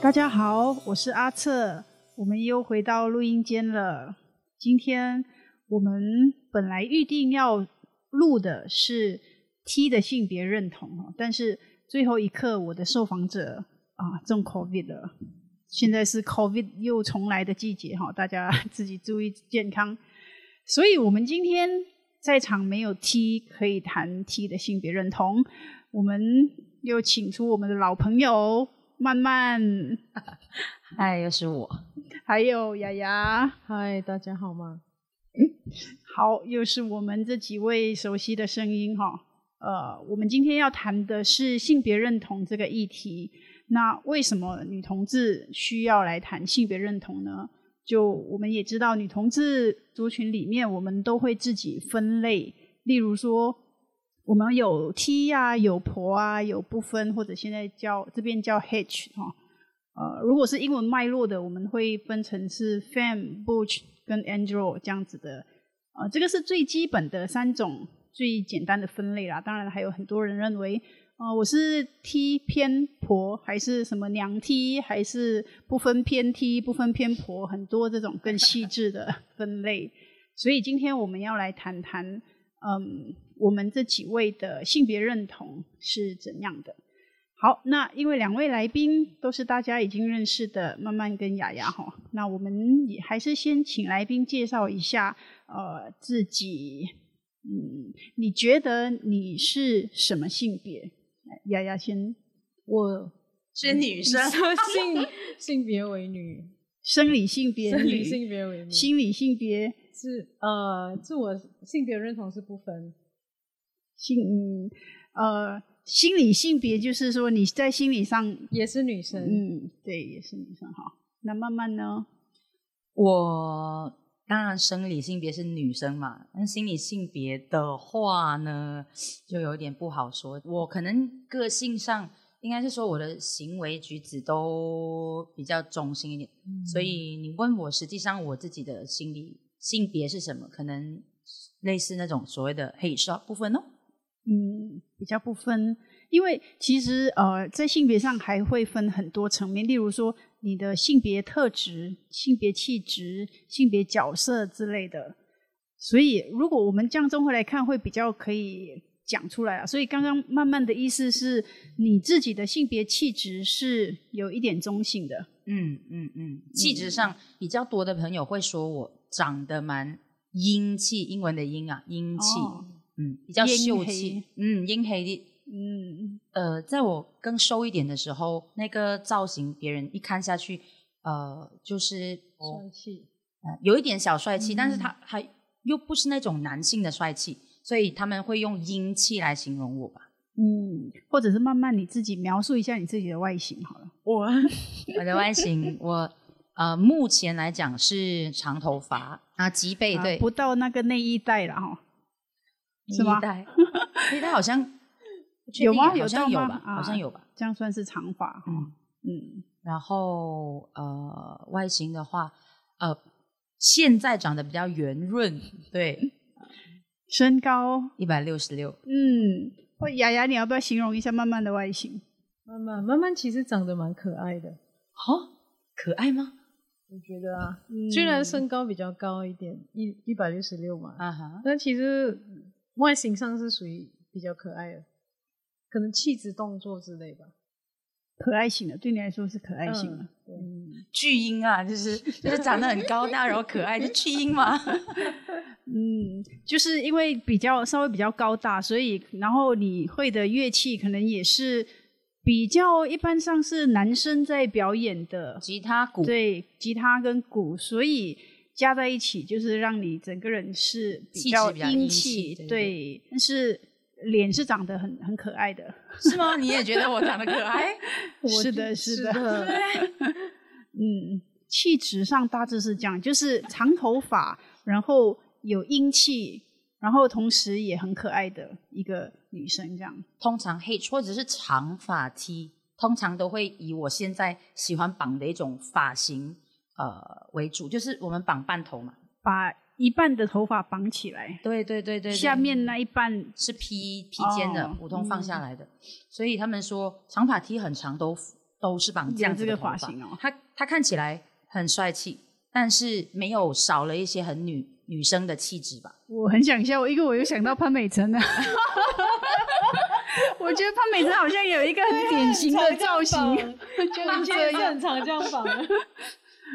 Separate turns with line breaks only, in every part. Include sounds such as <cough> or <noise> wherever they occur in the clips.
大家好，我是阿策，我们又回到录音间了。今天我们本来预定要录的是 T 的性别认同哦，但是最后一刻我的受访者啊中 COVID 了，现在是 COVID 又重来的季节哈，大家自己注意健康。所以我们今天在场没有 T 可以谈 T 的性别认同，我们又请出我们的老朋友曼曼，
<laughs> 嗨，又是我。
还有雅雅。嗯
嗨，大家好吗？
好，又是我们这几位熟悉的声音哈。呃，我们今天要谈的是性别认同这个议题。那为什么女同志需要来谈性别认同呢？就我们也知道，女同志族群里面，我们都会自己分类，例如说，我们有 T 啊，有婆啊，有不分，或者现在叫这边叫 H 哈、呃，如果是英文脉络的，我们会分成是 Fem、Butch 跟 Andro 这样子的。呃，这个是最基本的三种最简单的分类啦。当然还有很多人认为，呃，我是 T 偏婆，还是什么娘 T，还是不分偏 T、不分偏婆，很多这种更细致的 <laughs> 分类。所以今天我们要来谈谈，嗯，我们这几位的性别认同是怎样的。好，那因为两位来宾都是大家已经认识的曼曼跟雅雅哈，那我们也还是先请来宾介绍一下，呃，自己，嗯，你觉得你是什么性别？来雅雅先，
我嗯
是女生
<laughs>
性性别为女，
生理性别
生理
女
性别为女，
心理性别
是呃自我性别认同是不分，
性，嗯，呃，心理性别就是说你在心理上，
也是女生。
嗯，对，也是女生哈。那曼曼呢？
我当然生理性别是女生嘛，但心理性别的话呢，就有点不好说。我可能个性上，应该是说我的行为举止都比较中性一点，所以你问我，实际上我自己的心理性别是什么，可能类似那种所谓的黑少部分哦。
嗯，比较不分，因为其实呃，在性别上还会分很多层面，例如说你的性别特质、性别气质、性别角色之类的。所以，如果我们这样综合来看，会比较可以讲出来啊。所以，刚刚慢慢的意思是你自己的性别气质是有一点中性的，
嗯嗯嗯，气质上比较多的朋友会说我长得蛮英气，英文的英啊，英气，
哦
嗯，比较
阴
秀
黑
气，嗯，阴黑的。
嗯，
呃，在我更瘦一点的时候，那个造型别人一看下去，呃，就是、
帅气，
呃有一点小帅气，但是他他又不是那种男性的帅气，所以他们会用英气来形容我吧。
嗯，或者是慢慢你自己描述一下你自己的外形好了。
我
我的外形，我呃目前来讲是长头发啊，及背
啊
对，
不到那个内衣带了哈。
内
是吗
衣带，
<laughs>
内衣带好像不确
有
定
吗
啊
有
好像
到
有
吗
吧，
啊
好像有吧。
这样算是长发哈。
嗯
嗯，
然后呃，外形的话，呃，现在长得比较圆润，对，
身高，
一百六十六，
嗯，或雅雅，你要不要形容一下曼曼的外形？
慢慢慢慢其实长得蛮可爱的，
哦，可爱吗？
我觉得啊，
嗯
虽然身高比较高一点，一一百六十六嘛，
啊哈，
但其实外形上是属于比较可爱的，可能气质、动作之类吧。
可爱型的，对你来说是可爱型的。
嗯，
巨婴啊，就是就是长得很高大，然后可爱，就巨
<laughs>
婴嘛。
嗯，就是因为比较稍微比较高大，所以然后你会的乐器可能也是比较一般上是男生在表演的，
吉他鼓，
对，吉他跟鼓，所以加在一起就是让你整个人是
气质
较
比较
英
英
气，
气对对
对，但是脸是长得很很可爱的。
是吗？你也觉得我长得可爱？
我
是的，
是
的，
的
<laughs> 嗯，气质上大致是这样，就是长头发，然后有英气，然后同时也很可爱的一个女生，这样。
通常黑或者是长发 T，通常都会以我现在喜欢绑的一种发型呃为主，就是我们绑半头嘛。
把一半的头发绑起来，
对对对对
下面那一半，
是披披肩的，
哦
普通放下
嗯
来的，所以他们说长发 T 很长都都是绑这
有
样
这
子
个
的
发
头发
型哦，
他他看起来很帅气，但是没有少了一些很女女生的气质吧？
我很想笑，我一个我又想到潘美辰了。我觉得潘美辰好像有一个很典型的造
<laughs>
型。
就是这
<laughs>
样，很常这样绑。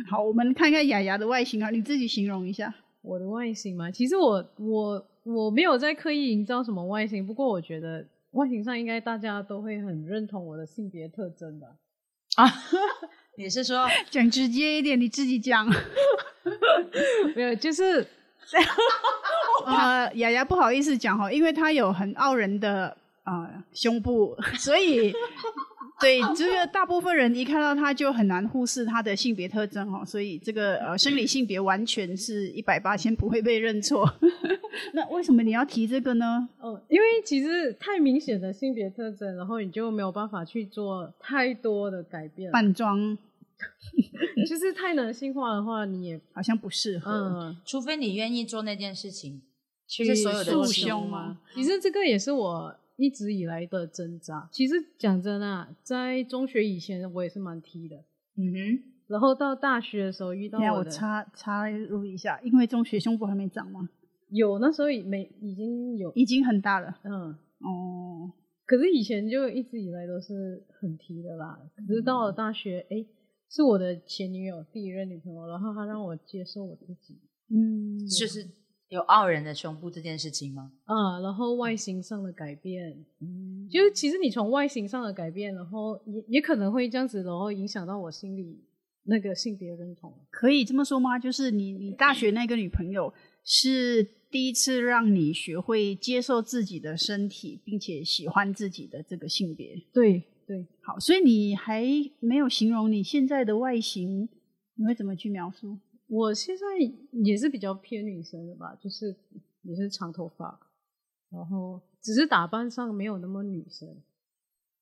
好，我们看看雅雅的外形啊，你自己形容一下。
我的外形嘛，其实我我我没有在刻意营造什么外形，不过我觉得外形上应该大家都会很认同我的性别特征吧。 <laughs>
你是说
讲直接一点，你自己讲。
没有，就是
呃，雅雅不好意思讲哦哈，因为她有很傲人的呃胸部， <laughs> 所以对这个大部分人一看到她就很难忽视她的性别特征哈，所以这个呃生理性别完全是一百八千不会被认错。 <laughs> 那为什么你要提这个呢？
哦，因为其实太明显的性别特征，然后你就没有办法去做太多的改变，
扮装
就是太男性化的话，你也
好像不适合。
嗯，
<laughs> 除非你愿意做那件事情，
去
就是所有的
束
事情
胸吗？
其实这个也是我一直以来的挣扎。其实讲真啊，在中学以前我也是蛮 T 的，
嗯哼，
然后到大学的时候遇到
等一下我
的
插插入一下，因为中学胸部还没长嘛，
有那时候已没已经有
已经很大了。
嗯，
哦，
可是以前就一直以来都是很 T 的啦。可是到了大学，哎、是我的前女友第一任女朋友，然后她让我接受我自己。
嗯，
就是有傲人的胸部这件事情吗？
啊，然后外形上的改变，
嗯，
就是其实你从外形上的改变，然后也也可能会这样子，然后影响到我心里那个性别认同。
可以这么说吗？就是你你大学那个女朋友是第一次让你学会接受自己的身体，并且喜欢自己的这个性别。
对对，
好，所以你还没有形容你现在的外形，你会怎么去描述？
我现在也是比较偏女生的吧，就是也是长头发，然后只是打扮上没有那么女生，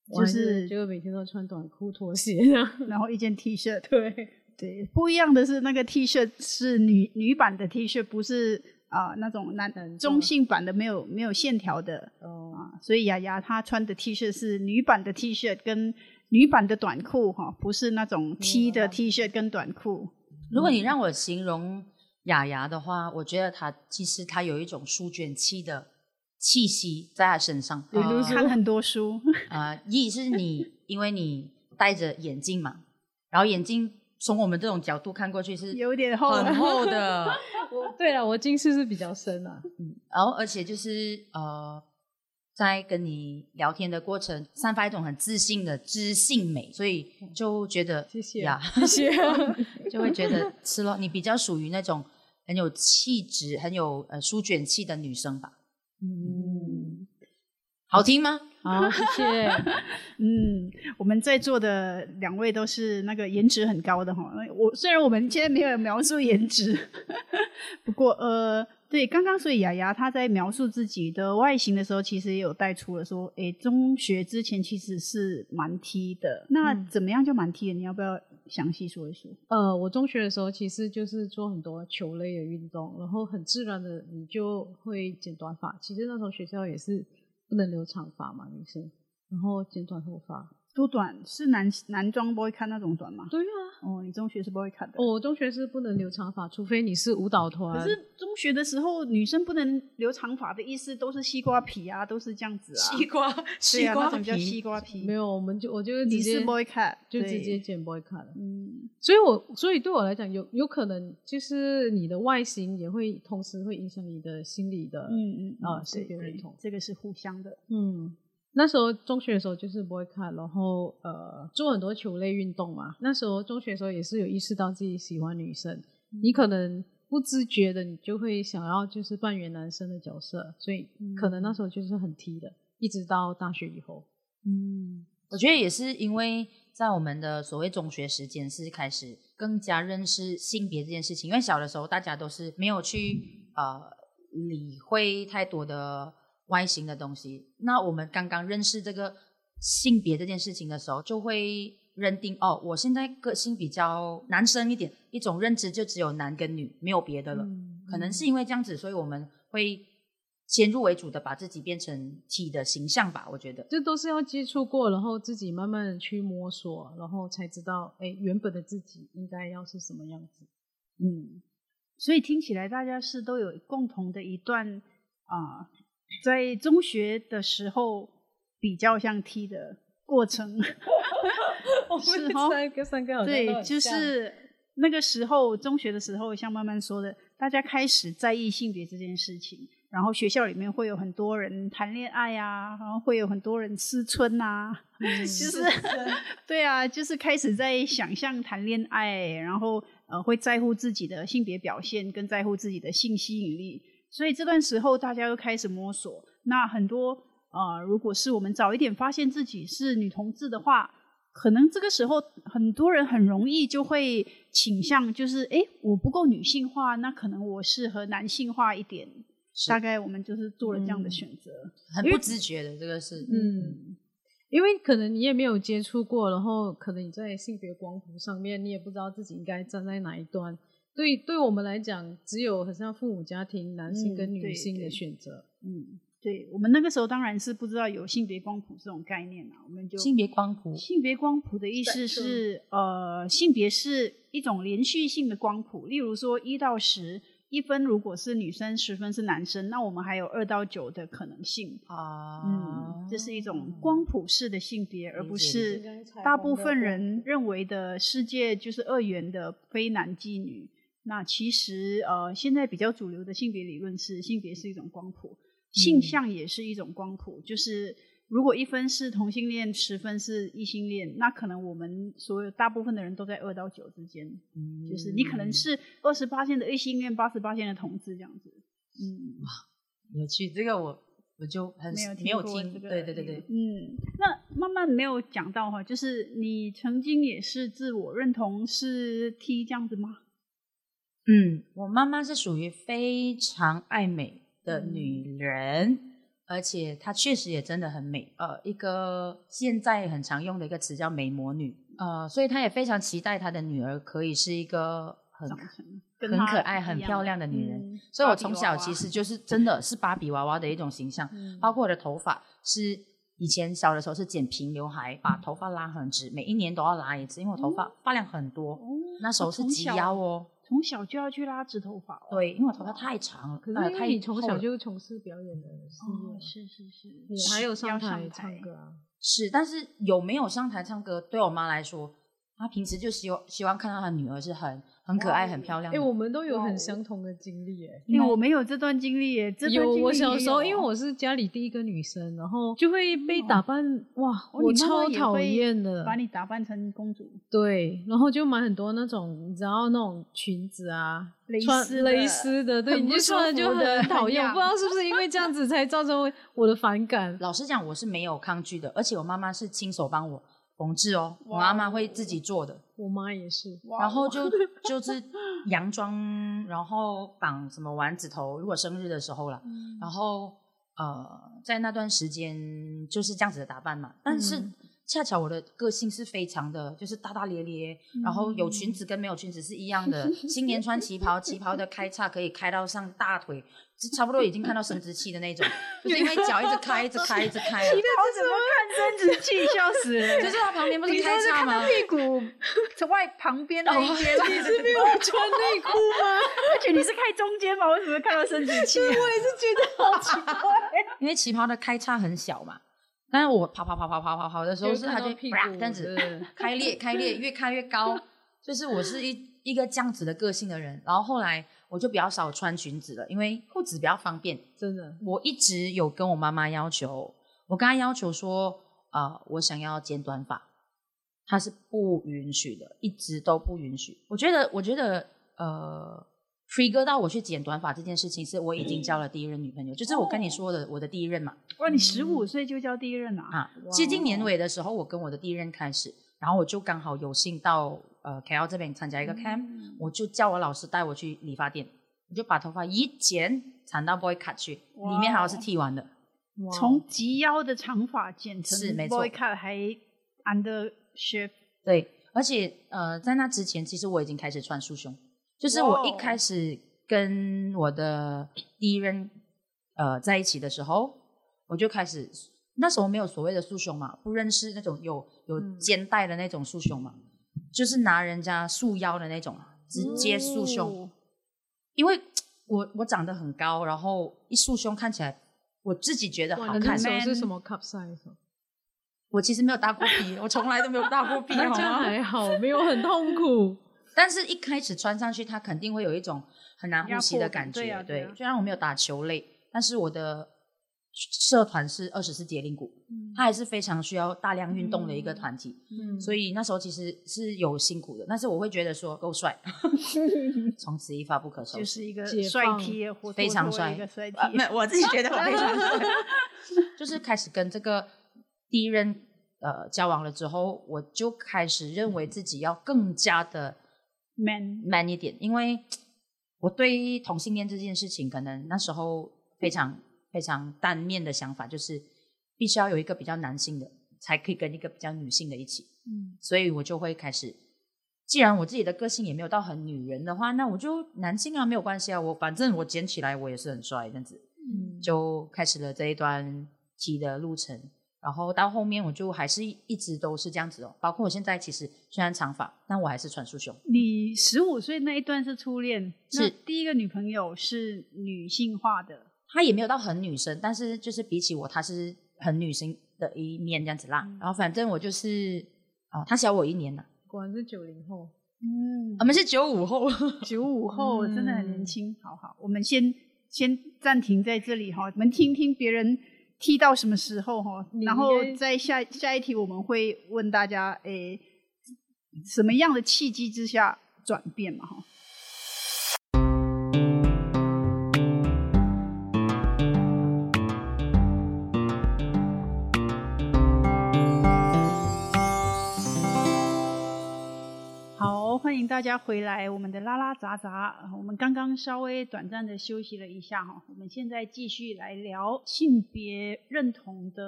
我还
就是
就每天都穿短裤拖鞋啊。
然后一件 T 恤，
<laughs> 对，
对，不一样的是那个 T 恤是女女版的 T 恤，不是啊、那种男
男
中
装
性版的没有没有线条的
哦，
啊、所以雅雅她穿的 T 恤是女版的 T 恤跟女版的短裤哈、不是那种 T 的 T 恤跟短裤。
如果你让我形容雅雅的话，我觉得她其实她有一种书卷气的气息在她身上。
比
啊
如看很多书， <laughs>
呃，一是你因为你戴着眼镜嘛，然后眼镜从我们这种角度看过去是
有点厚
很
了。
厚的，
我对了，我近视是比较深啊。
然后而且就是呃，在跟你聊天的过程散发一种很自信的知性美，所以就觉得
谢谢
呀，
谢谢。 <laughs>
就会觉得是咯，你比较属于那种很有气质、很有呃书卷气的女生吧？
嗯，
好听吗？
好，谢谢。
嗯，我们在座的两位都是那个颜值很高的哈。那我虽然我们今天没有描述颜值， <laughs> 不过呃，对，刚刚所以雅雅她在描述自己的外形的时候，其实也有带出了说，诶，中学之前其实是蛮 T 的。那
嗯
怎么样就蛮 T 的？你要不要详细说一说？
<laughs> 呃，我中学的时候其实就是做很多球类的运动，然后很自然的你就会剪短发。其实那时候学校也是不能留长发嘛，女生，然后剪短头发。
多短是男男装 boy 看那种短吗？
对啊，哦
哦，你中学是不会看的。
我中学是不能留长发，除非你是舞蹈团。
可是中学的时候，女生不能留长发的意思都是西瓜皮啊，都是这样子啊。
瓜，
对啊，那种叫西瓜皮。
没有，我们就我就直
你
接
是 boy cut，
就
对
直接剪 boy cut 了。
嗯，
所以我，所以对我来讲，有有可能就是你的外形也会同时会影响你的心理的。
嗯嗯
啊
嗯
性
对
别认
对
同
这个是互相的。
嗯，那时候中学的时候就是不会看，然后呃做很多球类运动嘛。那时候中学的时候也是有意识到自己喜欢女生，
嗯
你可能不自觉的你就会想要就是扮演男生的角色，所以可能那时候就是很 T 的，一直到大学以后。
嗯，
我觉得也是因为在我们的所谓中学时间是开始更加认识性别这件事情，因为小的时候大家都是没有去呃理会太多的外形的东西。那我们刚刚认识这个性别这件事情的时候，就会认定哦，我现在个性比较男生一点，一
嗯
嗯
种认知就只有男跟女，没有别的了。可能是因为这样子，所以我们会先入为主的把自己变成 T 的形象吧，我觉得。
这都是要接触过，然后自己慢慢的去摸索，然后才知道，哎，原本的自己应该要是什么样子。
嗯，所以听起来大家是都有共同的一段啊、在中学的时候比较像 T 的过程。
<laughs> 我
是
们
哦
三个三个好像都
对，
很
就
像
是那个时候，中学的时候，像曼曼说的，大家开始在意性别这件事情，然后学校里面会有很多人谈恋爱啊，然后会有很多人思春啊，<laughs> 就
嗯
是对啊，就是开始在想象谈恋爱，然后呃会在乎自己的性别表现，跟在乎自己的性吸引力。所以这段时候大家又开始摸索。那很多呃，如果是我们早一点发现自己是女同志的话，可能这个时候很多人很容易就会倾向就是，诶，我不够女性化，那可能我适合男性化一点。
是
大概我们就是做了这样的
嗯
选择。
很不自觉的，这个是
嗯，因为可能你也没有接触过，然后可能你在性别光谱上面，你也不知道自己应该站在哪一端。对，对我们来讲，只有很像父母家庭男性跟
嗯
女
对
性的
对
选择。
嗯，对，我们那个时候当然是不知道有性别光谱这种概念啊，我们就
性别光谱，
性别光谱的意思是，呃，性别是一种连续性的光谱。例如说，一到十，一分如果是女生，十分是男生，那我们还有二到九的可能性。
啊，
嗯，这是一
哦
种光谱式的性别，而不
理解
是
理解
大部分人认为的世界就是二元的非男即女。那其实呃，现在比较主流的性别理论是性别是一种光谱，性向也是一种光谱，就是。如果一分是同性恋，十分是异性恋，那可能我们所有大部分的人都在二到九之间，
嗯
就是你可能是二十八线的异性恋，八十八线的同志这样子。嗯，
有趣，这个我我就很
没有
没有
过
听，
这个
对对对对，
嗯，那慢慢没有讲到哈，就是你曾经也是自我认同是 T 这样子吗？
嗯，我妈妈是属于非常爱美的女
嗯
人，而且她确实也真的很美。呃，一个现在很常用的一个词叫“美魔女”，呃，所以她也非常期待她的女儿可以是一个很
长成跟
很
她
可爱、很
一样
漂亮的女人。
嗯
所以我
芭比
从
娃
小
娃
其实就是真的是芭比娃娃的一种形象，
嗯
包括我的头发是以前小的时候是剪平刘海，把头发拉很直，每一年都要拉一次，因为我头发发量很多，
哦
那时候是
从
及
小
腰哦。
从小就要去拉直头发哦。
对，因为我头发太长了，
可
呃
啊
是因
太
为你从
厚
小
了
就从事表演的事业
哦，
啊，
是是是，
你还有
要
上
台
台唱歌啊？
是，但是有没有上台唱歌，对我妈来说，她平时就希望希望看到她女儿是很很可爱、
哇
很漂亮
哎、
的。
我们都有
哇
很
我
相同的经历哎、
因为我没有这段经历耶，这段
有
经历
我
也
小时候，因为
有啊
我是家里第一个女生，然后就会被打扮，哇，
哦
我
你妈妈
超
也
讨
会
厌的。
哦把你打扮成公主，
对，然后就买很多那种，你知道那种裙子啊，
蕾
穿
丝
蕾
的
丝的，对，
很
你
不
就
舒
穿了就
服的
很讨
很
厌。我
痒
不知道是不是因为这样子才造成我的反感。
老实讲，我是没有抗拒的，而且我妈妈是亲手帮我缝制哦，我
哇
妈妈会
哦
自己做的，
我妈也是，
哇
然后
哇 <laughs>
就就是洋装，然后绑什么丸子头，如果生日的时候啦， <laughs>
嗯
然后呃，在那段时间就是这样子的打扮嘛。但是
嗯
恰巧我的个性是非常的，就是大大咧咧，然后有
嗯
裙子跟没有裙子是一样的。新年穿旗袍，旗袍的开叉可以开到上大腿，就差不多已经看到生殖器的那种，就是因为脚一直开，一直开，一直开。
<laughs>
好怎么看真实气，笑死人！
<laughs> 就是它旁边不是
你
开
都是
叉
看
吗
到？屁 <laughs> 股从外旁边
哦
那一边，
你
是没有穿内裤吗？ <laughs> 而且你是开中间吗？为什么看到生殖器？啊
因为旗袍的开叉很小嘛。但是我跑跑跑跑跑跑跑的时候，
就是看
它
到
就
屁
啪
股
这样子
对
<laughs> 开裂开裂，越开越高。 <laughs> 就是我是一一个这样子的个性的人，然后后来我就比较少穿裙子了，因为裤子比较方便。
真的，
我一直有跟我妈妈要求，我跟她要求说，啊，我想要剪短发，她是不允许的，一直都不允许。我觉得，我觉得，呃，trigger 到我去剪短发这件事情，是我已经交了第一任女朋友，就是我跟你说的，我的第一任嘛。
哇，你十五岁就交第一任啊？
啊
哇，
接近年尾的时候，我跟我的第一任开始，然后我就刚好有幸到呃 KL 这边参加一个 camp，、
嗯
我就叫我老师带我去理发店，我就把头发一剪缠到 boy cut 去，
哇
里面还好是剃完的，
哇
从及腰的长发剪成
是没错
boy cut 还 under shave，
对，而且呃在那之前，其实我已经开始穿束胸，就是我一
哇哦
开始跟我的第一任呃在一起的时候，我就开始那时候没有所谓的束胸嘛，不认识那种有有
嗯
肩带的那种束胸嘛，就是拿人家束腰的那种，直接束胸，
哦
因为我我长得很高，然后一束胸看起来我自己觉得
哇
好
你
看
那。时候
man
是什么 cup size？哦
我其实没有大过皮，我从来都没有大过
<laughs>
皮，
那
好
这样
吗？
还好，没有很痛苦。
但是一开始穿上去，它肯定会有一种很难呼吸的感觉。
压迫感对啊对啊
虽然我没有打球类，但是我的社团是二十四节令鼓，
嗯
它还是非常需要大量运动的一个团体。
嗯，
所以那时候其实是有辛苦的，但是我会觉得说够 <laughs> 帅，从此一发不可收
就
拾。
是一个
解
帅
放
贴，活脱
非常
脱
帅
一个帅
啊，没
贴，
有，我自己觉得我非常帅， <laughs> 就是开始跟这个第一任呃交往了之后，我就开始认为自己要更加的
man，
man 一点，因为我对同性恋这件事情，可能那时候非常非常单面的想法，就是必须要有一个比较男性的，才可以跟一个比较女性的一起。
嗯，
所以我就会开始，既然我自己的个性也没有到很女人的话，那我就男性啊，没有关系啊，我反正我捡起来我也是很帅，这样子
嗯
就开始了这一段 T 的路程。然后到后面我就还是一直都是这样子哦，包括我现在其实虽然长发，但我还是穿束胸。
你十五岁那一段是初恋，那
是
第一个女朋友是女性化的，
她也没有到很女生，但是就是比起我，她是很女生的一面这样子啦。
嗯
然后反正我就是哦，她小我一年呐、
果然是九零后，
嗯
我们是九五后， <laughs>
九五后真的很年
嗯
轻，好好，我们先先暂停在这里哈，我们听听别人踢到什么时候哈，
你
然后
应该
在下下一题我们会问大家，诶、什么样的契机之下转变嘛哈？好，欢迎大家回来，我们的拉拉杂杂，呃我们刚刚稍微短暂的休息了一下哈，我们现在继续来聊性别认同的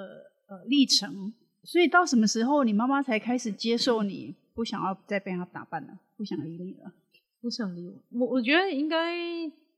呃历程。所以到什么时候你妈妈才开始接受你，不想要再被她打扮了，不想理你了？
不想理我。我我觉得应该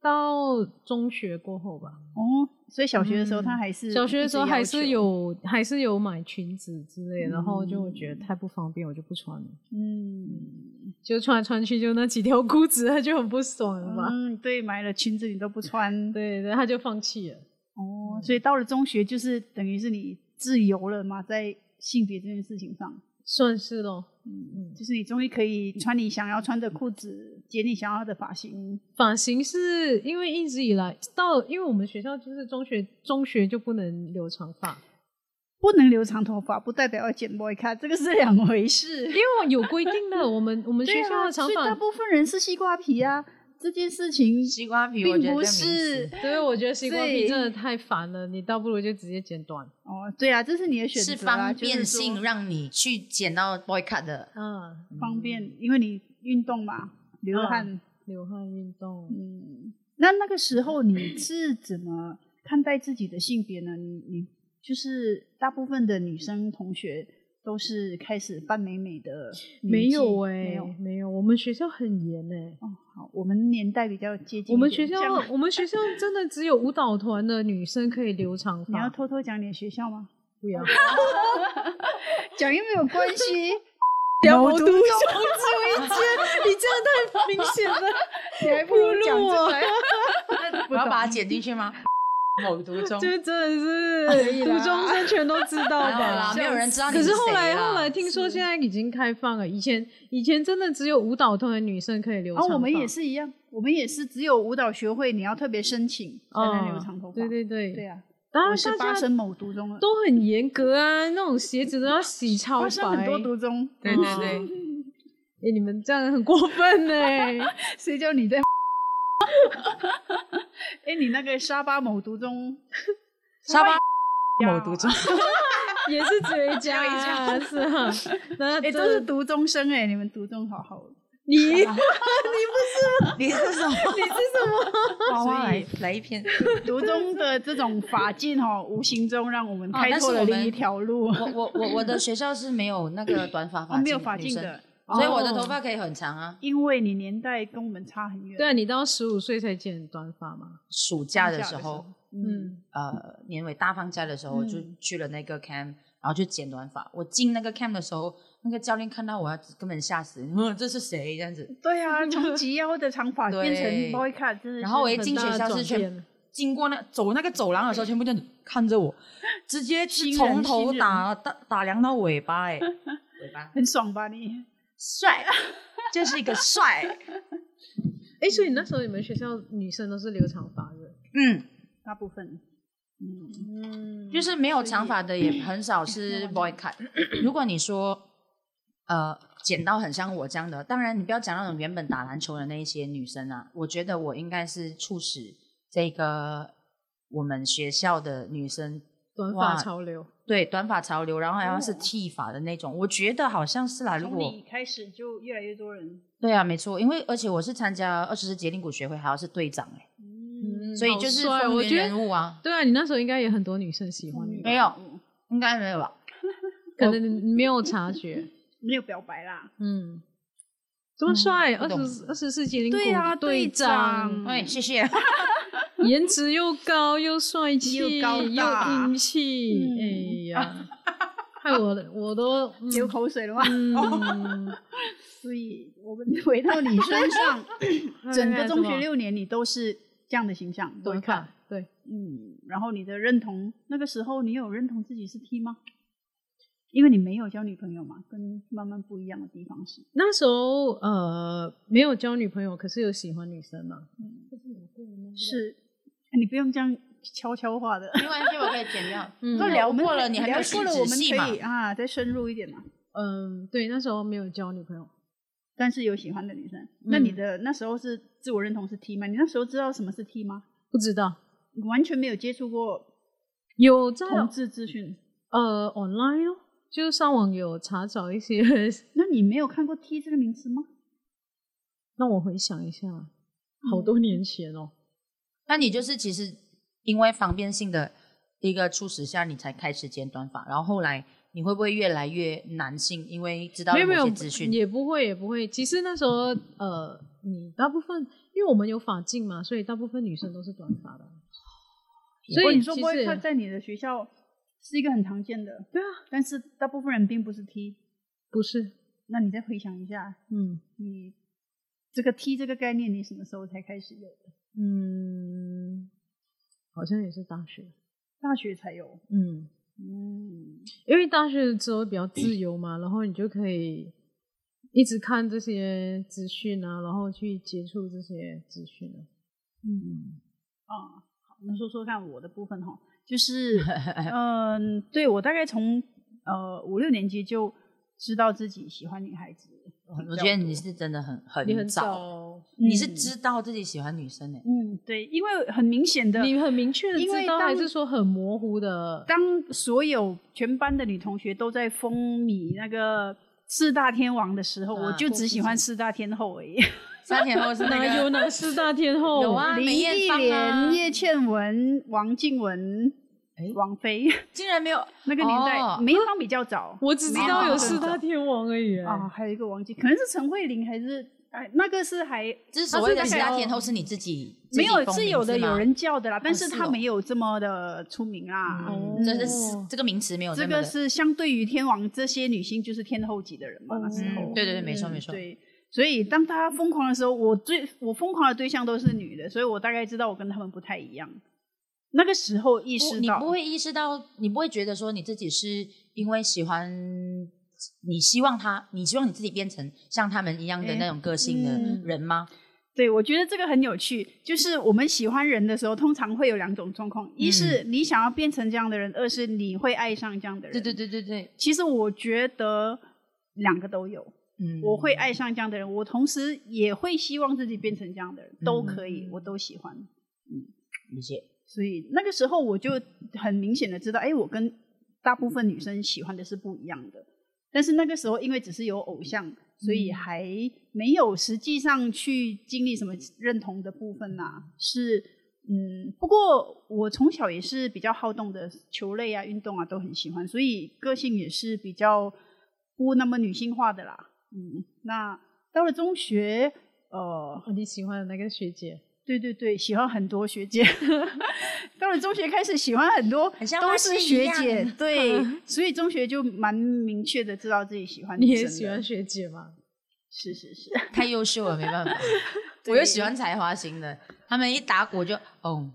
到中学过后吧。
哦，所以小学的时候
嗯
她还是、
小学的时候还是，有还是有买裙子之类，然后就我觉得太不方便，我就不穿了，
嗯
就穿来穿去就那几条裤子， <laughs> 就很不爽了吧？
嗯，对，买了裙子你都不穿，
对，然后他就放弃了。
哦，所以到了中学就是等于是你自由了嘛，在性别这件事情上。
算是咯，
嗯，就是你终于可以穿你想要穿的裤子，剪你想要的发型。
发型是因为一直以来到，因为我们学校就是中学，中学就不能留长发，
不能留长头发，不代表要剪 boy cut，这个是两回事。
因为有规定的，我们我们
<laughs>
学
对
校
啊，
的长
所以大
发，
部分人是西瓜皮啊，这件事情
西瓜皮，我
并
觉得
不
这个名字
是
对，我觉得西瓜皮
对
真的太烦了，你倒不如就直接剪短。
哦，对啊，这是你的选择、
是
啊，
方
就
便
是说
性让你去捡到 boycott 的。
嗯，
方便，因为你运动嘛，流汗。
流汗运动，
嗯，那那个时候
嗯
你是怎么看待自己的性别呢？你你就是大部分的女生同学都是开始扮美美的年纪，
没有哎、
没有。欸
没有，我们学校很严哎、
哦，好，我们年代比较接近一点。
我们学校
这样，
<laughs> 我们学校真的只有舞蹈团的女生可以留长
你要哦
发，
偷偷讲你的学校吗？
不要
讲又没
<laughs>
有关系
不要
毛都
毛独
中
中
<laughs>
只有一间，你这样太明显了，
你还不如讲
暴露
出
我 <laughs>
来。
我要把它剪进去吗？某读中
就
<laughs>
真的是
以啦
初中生全都知道
<laughs>
还好
吧
啦，？哦没有人知道你
可
是
是
谁
后来
啦
后来听说
是
现在已经开放了，以前以前真的只有舞蹈团的女生可以留
然
长
后哦
发，
我们也是一样，我们也是只有舞蹈学会，你要特别申请才能留长头发。
哦对对对
对，啊，
当
我
然
是
大
发
家
生某读中了，
都很严格啊，那种鞋子都要洗超白，
发生很多读中。
对对对，
哎、你们这样很过分呢、 <laughs>
谁叫你在？ <laughs> 哎、你那个沙巴某读中，
沙巴
呀
<laughs> 某读中，
也是只
<laughs>
有一家啊，是啊，那
<laughs>
哎、
这
都是读中生哎、你们读中好哦好，
你，
你是什么？你是什么？娃
娃来
来一
<laughs>
篇。哦
读中的这种法禁哦，无形中让我们
哦
开
但是
拓了
我们
另一条路。
我我我我的学校是没有那个短发发
哦，
禁的，
没有法禁
女生
的，
所以我的头发可以很长啊。
因为你年代跟我们差很远。
对啊，你到十五岁才剪短发嘛。
暑假的
放假
时
的时
候
候，
嗯，
呃，年尾大放假的时候，我就
嗯
去了那个 camp，然后就剪短发。我进那个 camp 的时候，那个教练看到我，要根本吓死，嗯，这是谁这样子？
对啊，从及腰的长发
对
变成 boy cut，真的是
然后我一
很
进
大
学
的
校是
转
全
变
经过那走那个走廊的时候，全部就看着我，直接
<laughs>
是
新人
从头
新人
打打打量到尾巴、
<laughs>
哎，尾巴
<laughs> 很爽吧你？
帅， <laughs> 就是一个帅，
哎，所以那时候你们学校女生都是留长发的，
嗯，
大部分，嗯，
嗯，
就是没有长发的也很少是 boy cut。如果你说呃剪到很像我这样的，当然你不要讲那种原本打篮球的那一些女生啊，我觉得我应该是促使这个我们学校的女生
短
哇
发潮流。
对短发潮流，然后还要是
哦
剃发的那种，我觉得好像是啊啦。如
从
果
你开始就越来越多人，
对啊，没错，因为而且我是参加二十四节令鼓学会，还要是队长哎、
嗯，
所以就是
好帅
风
我
云
觉
人
得
物啊，
对啊，你那时候应该也很多女生喜欢你，
嗯
没有应该没有吧？
可能你没有察觉。
没有表白啦，
嗯，这么帅，
不
二
懂
十二十四级零
对啊
队
队长
哎，
嗯
谢谢。
颜值又高又帅气
又高大
又英气，
嗯
哎呀，害我我都嗯
流口水了吗？
嗯，
所以我们回到 <laughs> 嗯你身上，整个中学六年你都是这样的形象，
短
看。
发，对，
嗯，然后你的认同，那个时候你有认同自己是 T 吗？因为你没有交女朋友嘛，跟慢慢不一样的地方是，
那时候呃没有交女朋友，可是有喜欢女生嘛，
是哎你不用这样悄悄话 <laughs> 的。
没关系，我可以
<laughs>
剪掉。
嗯
都聊过了，你还没
聊
有
过了，我
细
们
细嘛
可？以啊，再深入一点嘛。
嗯，对，那时候没有交女朋友，
但是有喜欢的女生，那你
嗯
的那时候是自我认同是 T 吗？你那时候知道什么是 T 吗？
不知道
你完全没有接触过
有在
同志资讯，
呃 online 哦，就是上网有查找一些， <laughs>
那你没有看过 T 这个名词吗？
让我回想一下，好多年前哦，
那你就是其实因为方便性的一个促使下，你才开始剪短发，然后后来你会不会越来越男性？因为知道
嗯
没
了
有没
某
有
些资讯，
也不会也不会。其实那时候呃，你大部分因为我们有法镜嘛，所以大部分女生都是短发的。所
哦不过
以
你说
其
boy
实
cut 在你的学校是一个很常见的，
对啊，
但是大部分人并不是 T。
不是，
那你再回想一下，
嗯
你这个 T 这个概念，你什么时候才开始有的？
嗯，好像也是大学，
大学才有。
嗯，
嗯，
因为大学之后比较自由嘛，然后你就可以一直看这些资讯啊，然后去接触这些资讯啊。嗯，
啊、好，那说说看我的部分哈，就是嗯、对我大概从呃五六年级就知道自己喜欢女孩子比较多。
<laughs> 我觉得你是真的很
你很
很早，
早，
你是
嗯
知道自己喜欢女
<laughs>
生的。
嗯，对，因为很明显的，
你很明确的
因为
知道，还
当
是说很模糊的？
当所有全班的女同学都在风靡那个四大天王的时候，
啊
我就只喜欢四大天后 <laughs> 而已。
三年后是那
哪有
个
哪四大天后？
有啊
林
梅艳
忆
芳啊
莲、叶倩文、王静雯
哎、
王菲 <laughs>
竟然没有
那个年代
哦，
梅艳芳比较早
我只知道有四大
梅
天王而已、
艳芳更早啊，还有一个王静，可能是陈慧琳还是哎，那个是还
就是所谓的
他是
其
大概
他天后是你自己自己
没有
封
是
名
有的，
字吗
有人叫的啦，但是
是
她
哦
没有这么的出名啊。
嗯
哦
这是这个名词没有
这
那
个
么的
是相对于天王这些女星就是天后级的人嘛，那时候
嗯，对对对，没错
嗯
没错，
对，所以当他疯狂的时候，我最我疯狂的对象都是女的，所以我大概知道我跟他们不太一样。那个时候意
不
识
你
到，
不会意识到，你不会觉得说你自己是因为喜欢，你希望他，你希望你自己变成像他们一样的
哎
那种个性
嗯
的人吗？
对我觉得这个很有趣，就是我们喜欢人的时候，通常会有两种状况：一是你想要变成这样的人，二是你会爱上这样的人。
嗯对对。对对对，
其实我觉得两个都有，
嗯，
我会爱上这样的人，我同时也会希望自己变成这样的人，都可以
嗯，
我都喜欢。
理解，
所以那个时候我就很明显的知道，哎，我跟大部分女生喜欢的是不一样的。但是那个时候因为只是有偶像，所以还没有实际上去经历什么认同的部分呐、啊是嗯，不过我从小也是比较好动的，球类啊、运动啊都很喜欢，所以个性也是比较不那么女性化的啦。嗯，那到了中学，呃，
啊你喜欢的那个学姐，
对对对，喜欢很多学姐。到了中学开始喜欢很多，
很像
都
花
是
痴一
学
样 <laughs>
姐，对，所以中学就蛮明确的知道自己喜欢
你
女
也
生
喜
的
欢，学姐吗？
是是是，
太优秀了，没
<laughs>
办法。我又喜欢才华型的，他们一打鼓就哦，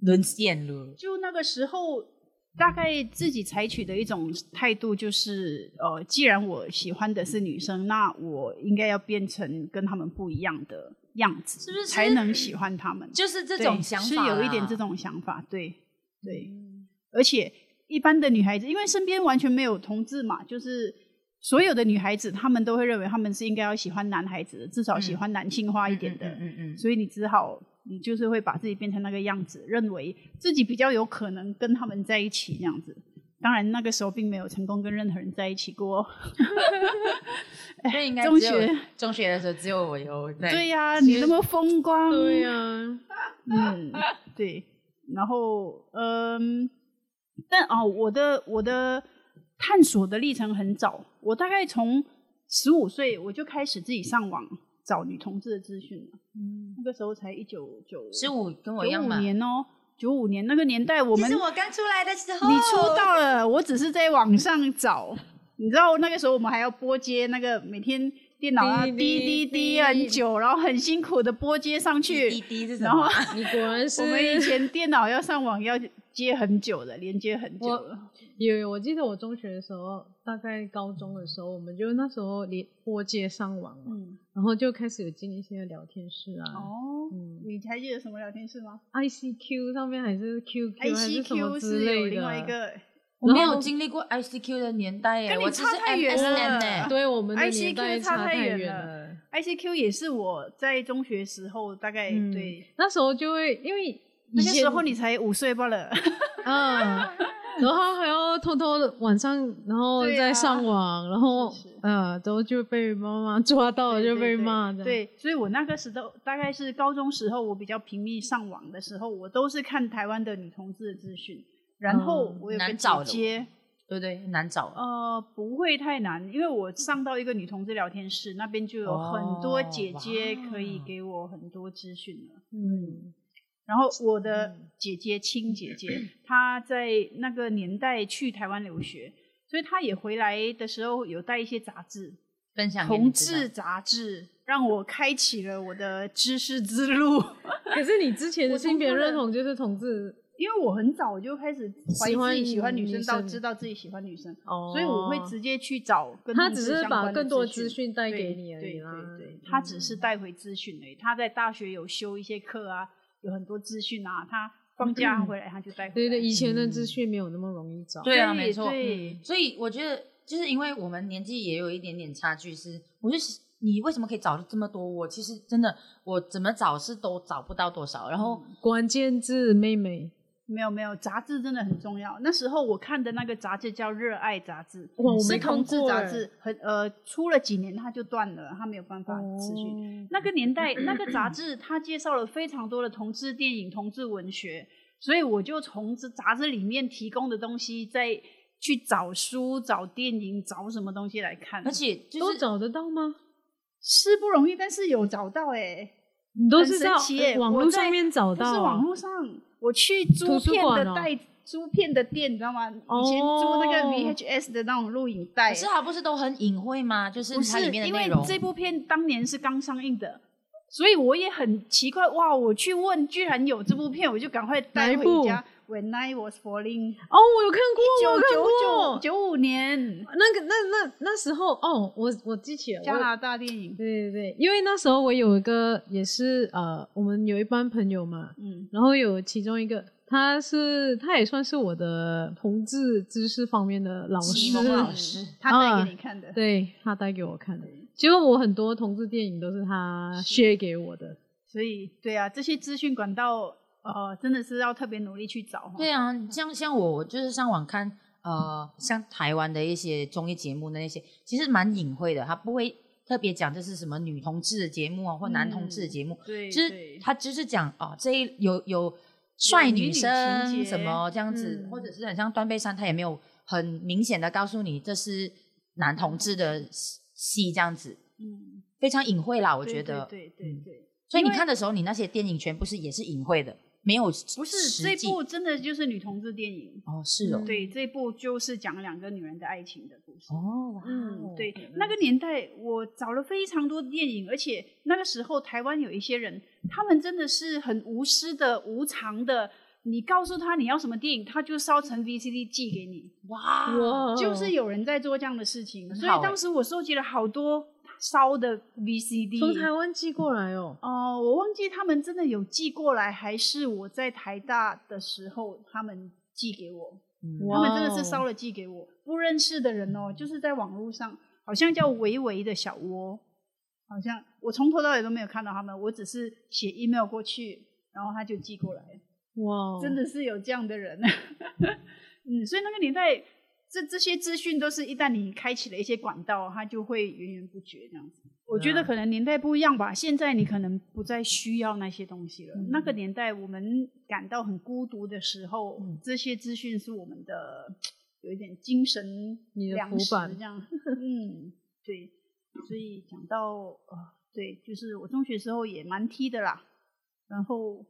沦陷了。
就那个时候，大概自己采取的一种态度就是，呃，既然我喜欢的是女生，那我应该要变成跟她们不一样的样子，
是不是
才能喜欢她们？
就是这
对
种想法
是
啦，嗯
有一点这种想法，对对，
嗯
而且一般的女孩子，因为身边完全没有同志嘛，就是。所有的女孩子，她们都会认为她们是应该要喜欢男孩子的，至少喜
嗯
欢男性化
嗯
一点的。
嗯嗯嗯嗯
所以你只好，你就是会把自己变成那个样子，认为自己比较有可能跟他们在一起这样子。当然，那个时候并没有成功跟任何人在一起过。
所以应该
中
只有
学
中学的时候只有我有在
对呀、
其
你
实
那么风光，
对啊呀、
嗯，对。然后，嗯，但哦，我的我的探索的历程很早，我大概从十五岁我就开始自己上网找女同志的资讯了。
嗯，
那个时候才一九九
十五跟我一
九
样
五
嘛。
年哦，九五年那个年代，我们
这是我刚出来的时候，
你出道了，我只是在网上找。你知道那个时候我们还要拨接那个每天电脑啊
滴
滴
滴
滴滴
滴
很久，然后很辛苦的拨接上
滴
去。
滴是什
然后
么？
你果然是
我们以前电脑要上网要接很久的，连接很久
我
了。
有有，我记得我中学的时候，大概高中的时候，我们就那时候连拨接上网嘛，
嗯，
然后就开始有进一些聊天室啊，
哦，
嗯
你还记得什么聊天室吗
，ICQ 上面还是 QQ 还是什么
？ICQ
之
是有
类
另外一
的。
个
我没有经历过 ICQ 的年代耶，
跟你
我只
差
是
太远
MSN 耶
了
对我们的年
ICQ
代
差太
太
远
远
了。ICQ，也是我在中学时候大概
嗯
哎对。
那时候就会因为
那个
以前
时候你才五岁罢
<laughs>
了，
嗯，然后还要偷偷的晚上，然后
对啊
再上网，然后
是是
呃，都就被妈妈抓到了，
对
哦就
对
被
对
骂的。
对，所以我那个时候大概是高中时候，我比较频密上网的时候，我都是看台湾的女同志的资讯。然后
嗯
我有个
难找
姐
的
姐，
对不对？难找啊。
呃，不会太难，因为我上到一个女同志聊天室，那边就有很多姐姐
哦哇
可以给我很多资讯了。
嗯，
然后我的姐姐亲姐姐，她在那个年代去台湾留学，所以她也回来的时候有带一些杂志，
分享给你
同
知
志杂志让我开启了我的知识之路， <laughs>
<laughs> 可是你之前的
我
性别
突然
认同就是同志
因为我很早就开始怀疑
喜
自
欢
己喜欢女生，
女
到
生
知道自己喜欢女生，
哦，
所以我会直接去找跟
他
同
只
志
是
相
把
关的
更多
资
资讯带给
对
你而
对
已
对
啦。嗯
对，他只是带回资讯而已。他在大学有修一些课啊，有很多资讯啊，他放假回来他就带回来。
嗯对对，以前的资讯没有那么容易找。
对啊，没错。
嗯
对，
所以我觉得，就是因为我们年纪也有一点点差距是，我就是你为什么可以找到这么多？我其实真的我怎么找是都找不到多少。然
嗯
后
关键字妹妹，
没有没有，杂志真的很重要。那时候我看的那个杂志叫《热爱》杂志，
哇我
是
没看
同志
过
杂
欸
志，很呃，出了几年它就断了，它没有办法持续。
哦
那个年代，那
<clears throat>
个杂志它介绍了非常多的同志电影、同志文学，所以我就从这杂志里面提供的东西，再去找书、找电影、找什么东西来看
而，且就
都
是
找得到吗？
是不容易，但是有找到哎、
你都
很
是
神
在呃
奇耶
网
我
络
在
上面找
不
到
是
啊，
网络上，我去租
图书
片
馆
的
哦
带、租片的店，你知道吗？以前租那个
哦
VHS 的那种录影带，
可是它不是都很隐晦吗？就是
不
它
是
里面的
因
内
为
容。
这部片当年是刚上映的，所以我也很奇怪哇！我去问，居然有这部片，我就赶快带
哪
回
一部
家。When I was falling，
哦，我有看过，我有看
九九
过。
九五年
那个那那那时候哦，我我记起来，
加
我
拿大电影，
对对对，因为那时候我有一个也是呃，我们有一班朋友嘛，
嗯，
然后有其中一个他是他也算是我的同志知识方面的老
启
师，
蒙老师
他带给你看的，
啊对他带给我看的。结果我很多同志电影都是他 share 给我的，
所以对啊，这些资讯管道呃，真的是要特别努力去找。
对，啊，像像我，我就是上网看，呃，像台湾的一些综艺节目那一些，其实蛮隐晦的，他不会特别讲这是什么女同志的节目啊，或男同志的节目，
嗯对，
就是
对
他只是讲哦，这一有有帅
女女
女
情
生
节
什么这样子，
嗯
或者是很像断背山，他也没有很明显的告诉你这是男同志的戏这样子，
嗯，
非常隐晦啦，我
我
觉得。
对对对对，
所以你
因为
看的时候，你那些电影全部是也是隐晦的，没有
不
不
是这部真的就是女同志电影，
哦，是哦，
嗯
对，这部就是讲两个女人的爱情的故事。
哦，哇
嗯
哦，
对，那个年代我找了非常多的电影，而且那个时候台湾有一些人，他们真的是很无私的、无偿的。你告诉他你要什么电影，他就烧成 VCD 寄给你，
哇，
哇，哦
就是有人在做这样的事情。
哦很
所以
好欸
当时我收集了好多烧的
从台
VCD。
湾寄过来哦，
哦，我忘记他们真的有寄过来，还是我在台大的时候他们寄给我。
嗯
他
哇
们真的是
哦
烧了寄给我，不认识的人哦，就是在网络上，好像叫维维的小窝，好像我从头到尾都没有看到他们，我只是写 email 过去，然后他就寄过来，
哦
哇，哦
真的是有这样的人， <laughs> 嗯，所以那个年代，这这些资讯都是一旦你开启了一些管道，它就会源源不绝这样子。我觉得
啊
可能年代不一样吧，现在你可能不再需要那些东西了。
嗯
那个年代我们感到很孤独的时候，
嗯
这些资讯是我们的有一点精神
你的
粮
浮
食
板
这样。嗯，对。所以讲到呃，对，就是我中学时候也蛮 T 的啦，然后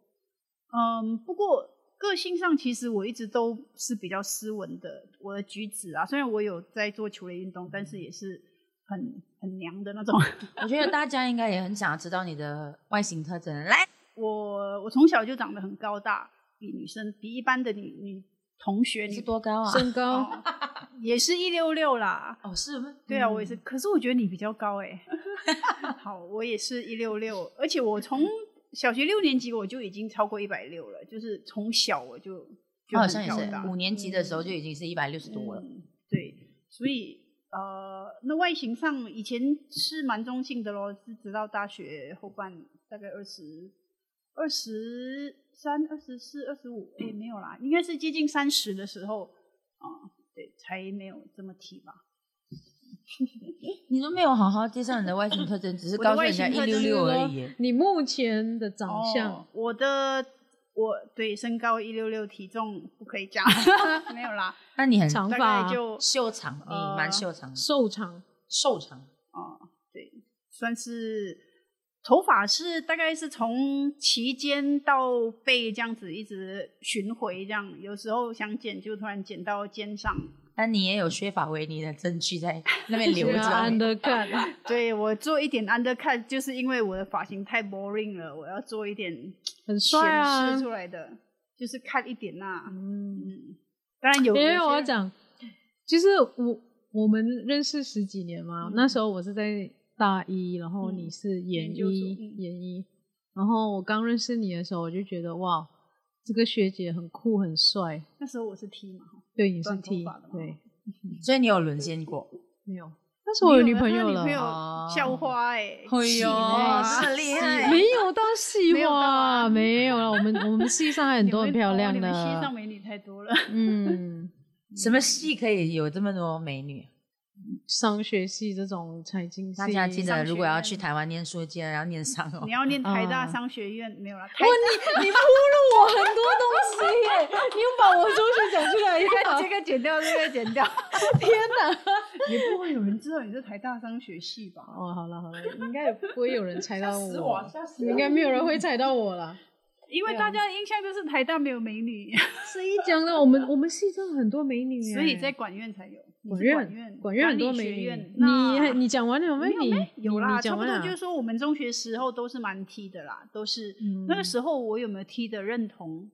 嗯，不过个性上其实我一直都是比较斯文的，我的举止啊，虽然我有在做球类运动，但是也是很很娘的那种。 <laughs>
我觉得大家应该也很想要知道你的外形特征。来，
我我从小就长得很高大，比女生比一般的女女同学
你
女
是多高啊？
身 <laughs> 高
哦也是一六六啦，
哦，是吗？
对啊，
嗯
我也是。可是我觉得你比较高哎、好，我也是一六六，而且我从小学六年级我就已经超过一百六了，就是从小我就就
我好
很
像哦也
高
是
大。
五年级的时候就已经是一百六十多了。
嗯对，所以呃，那外形上以前是蛮中性的咯，是直到大学后半大概二十二十三、二十四、二十五，哎，没有啦，应该是接近三十的时候啊、对，才没有这么提吧。
你都没有好好介绍你的外形特征，只是
我的
告诉
外
人家
形
一
特
六
征
六
就是
而
说
已耶。
你目前的长相
哦，我的我对身高一六六，体重不可以
<laughs>
讲，没有啦，
那你很
长
大
发
概
啊
就
秀长，你
呃
蛮秀长的，
瘦长，
瘦长。
哦，对，算是头发是大概是从齐肩到背这样子一直巡回这样，有时候想剪就突然剪到肩上。
但你也有削发为尼的证据
<laughs>
在那边留
对 <laughs>
着。
啊，undercut，
对我做一点 undercut，就是因为我的发型太 boring 了，我要做一点
很
显
帅啊
示。出来的，就是看一点呐、
嗯，
嗯，当然有，
因
有
为
些
我要
人
讲，其实我我们认识十几年嘛，
嗯
那时候我是在大一，然后
嗯
你是研
研究
一，
所嗯
研一，然后我刚认识你的时候，我就觉得哇，这个学姐很酷，很帅。
那时候我是 T 嘛，
对，你是
短头
T，
发的嘛
对，
所以你有沦陷过？
没有，那时候我有女朋友了
没有，
哦
他女朋友校花哎、
哎
气
呦，
哇
这么厉
欸
害！
没有到戏
哎没有到
哇，
啊
没有了。我
<laughs>
们我们系上还很多很漂亮
你
的
们，西上美女太多 <laughs> 了。
嗯，
什么戏可以有这么多美女？
商学系这种财经系，
大家记
商
得，
学
如果要
院
去台湾念书，记得要念商哦
你。要念台大
啊
商学院、没有啦，台
你你铺路我很多东西耶，你又把我中学讲出来，
大这个剪掉，这个剪掉，
天哪！
<laughs> 也不会有人知道你是台大商学系吧？
哦，好了好了，应该也不会有人猜到
死我，
我，
吓死
应
我！
该没有人会猜到我啦。
因为
对啊
大家的印象就是台大没有美女，
谁讲的？我们我们系真的很多美女耶，
所以在管院才有。你
管
是
院
管
管院很多
管理
美
学
女
院。
你
那
还你讲完了没？
没有
你
没有啦，
你
差
讲
不
完
多
了
就是说我们中学时候都是蛮 T 的啦，都是、
嗯
那个时候我有没有 T 的认同，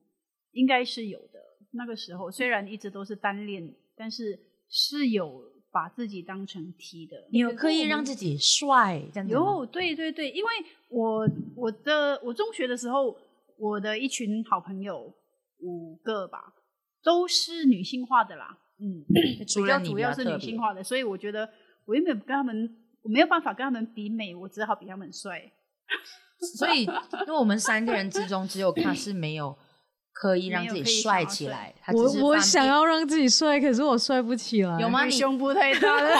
应该是有的。那个时候虽然一直都是单恋，但是是有把自己当成 T 的。
你有刻意让自己帅这样子吗？
有，对对对，因为我我的我中学的时候，我的一群好朋友五个吧，都是女性化的啦，嗯，
除
比
了
较
你
主
比较
要是
特
女性
别。
化的，所以我觉得我又没有跟他们，我没有办法跟他们比美，我只好比他们帅。
所以，因为我们三个人之中，只有他是没有刻意让自己帅起来，他只是
我我
放
想要让自己帅，可是我帅不起来。
有吗妈
因为
你
胸部太大了，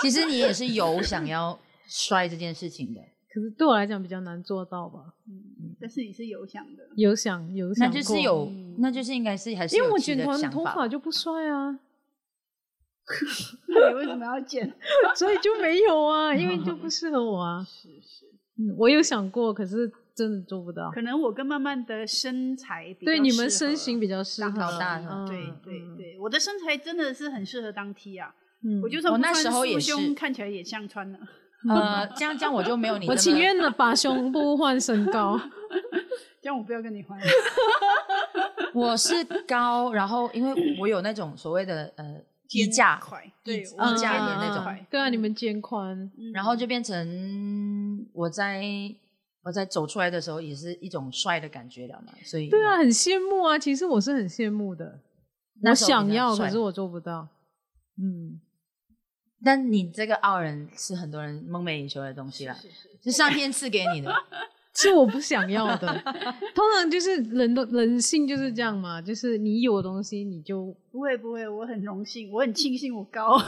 其实你也是有想要帅这件
<laughs>
事情的，
可是对我来讲比较难做到吧。
嗯， <laughs> 但是你是有想的，
有想有想
那
过，
就是有
嗯，
那就是应该是还是
因为
有
我
自己
剪
的
短
想
头
法
发就不帅啊。
那你为什么要剪？
所以就没有啊，因为就不适合我啊。
是是，
嗯，我有想过，可是真的做不
<laughs>
到。
可能我跟曼曼的身材比较
对你
适合
们身形比较适合，
当老大
嗯
对对，对，我的身材真的是很适合当 T 啊，
嗯
我就算
我
不
哦那
穿
时候也
束
是
胸，看起来也像穿了。
呃，这样这样我就没有你。
我情愿的把胸部换身高，
这样我不要跟你
<laughs>
换。
我是高，然后因为我有那种所谓的呃衣架，
块，
对
对，
我们家里的那种
嗯嗯嗯对啊，你们肩宽，
嗯
然后就变成我在我在走出来的时候也是一种帅的感觉了嘛，所以
对啊，，很羡慕啊。其实我是很羡慕的，
那
我
时候
想
你的
要，
帅
可是我做不到。嗯，
但你这个傲人是很多人梦寐以求的东西啦，
是是
是上天赐给你的。
是我不想要的。通常就是人的人性就是这样嘛，就是你有的东西你就
不会不会，我很荣幸，我很庆幸我
<laughs>
高。 <laughs> 好，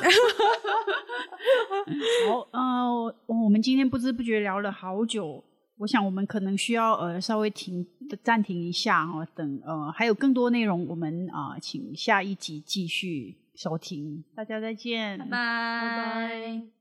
呃，我我们今天不知不觉聊了好久，我想我们可能需要呃稍微停暂停一下哦，等呃还有更多内容，我们啊、请下一集继续收听，大家再见，
拜拜。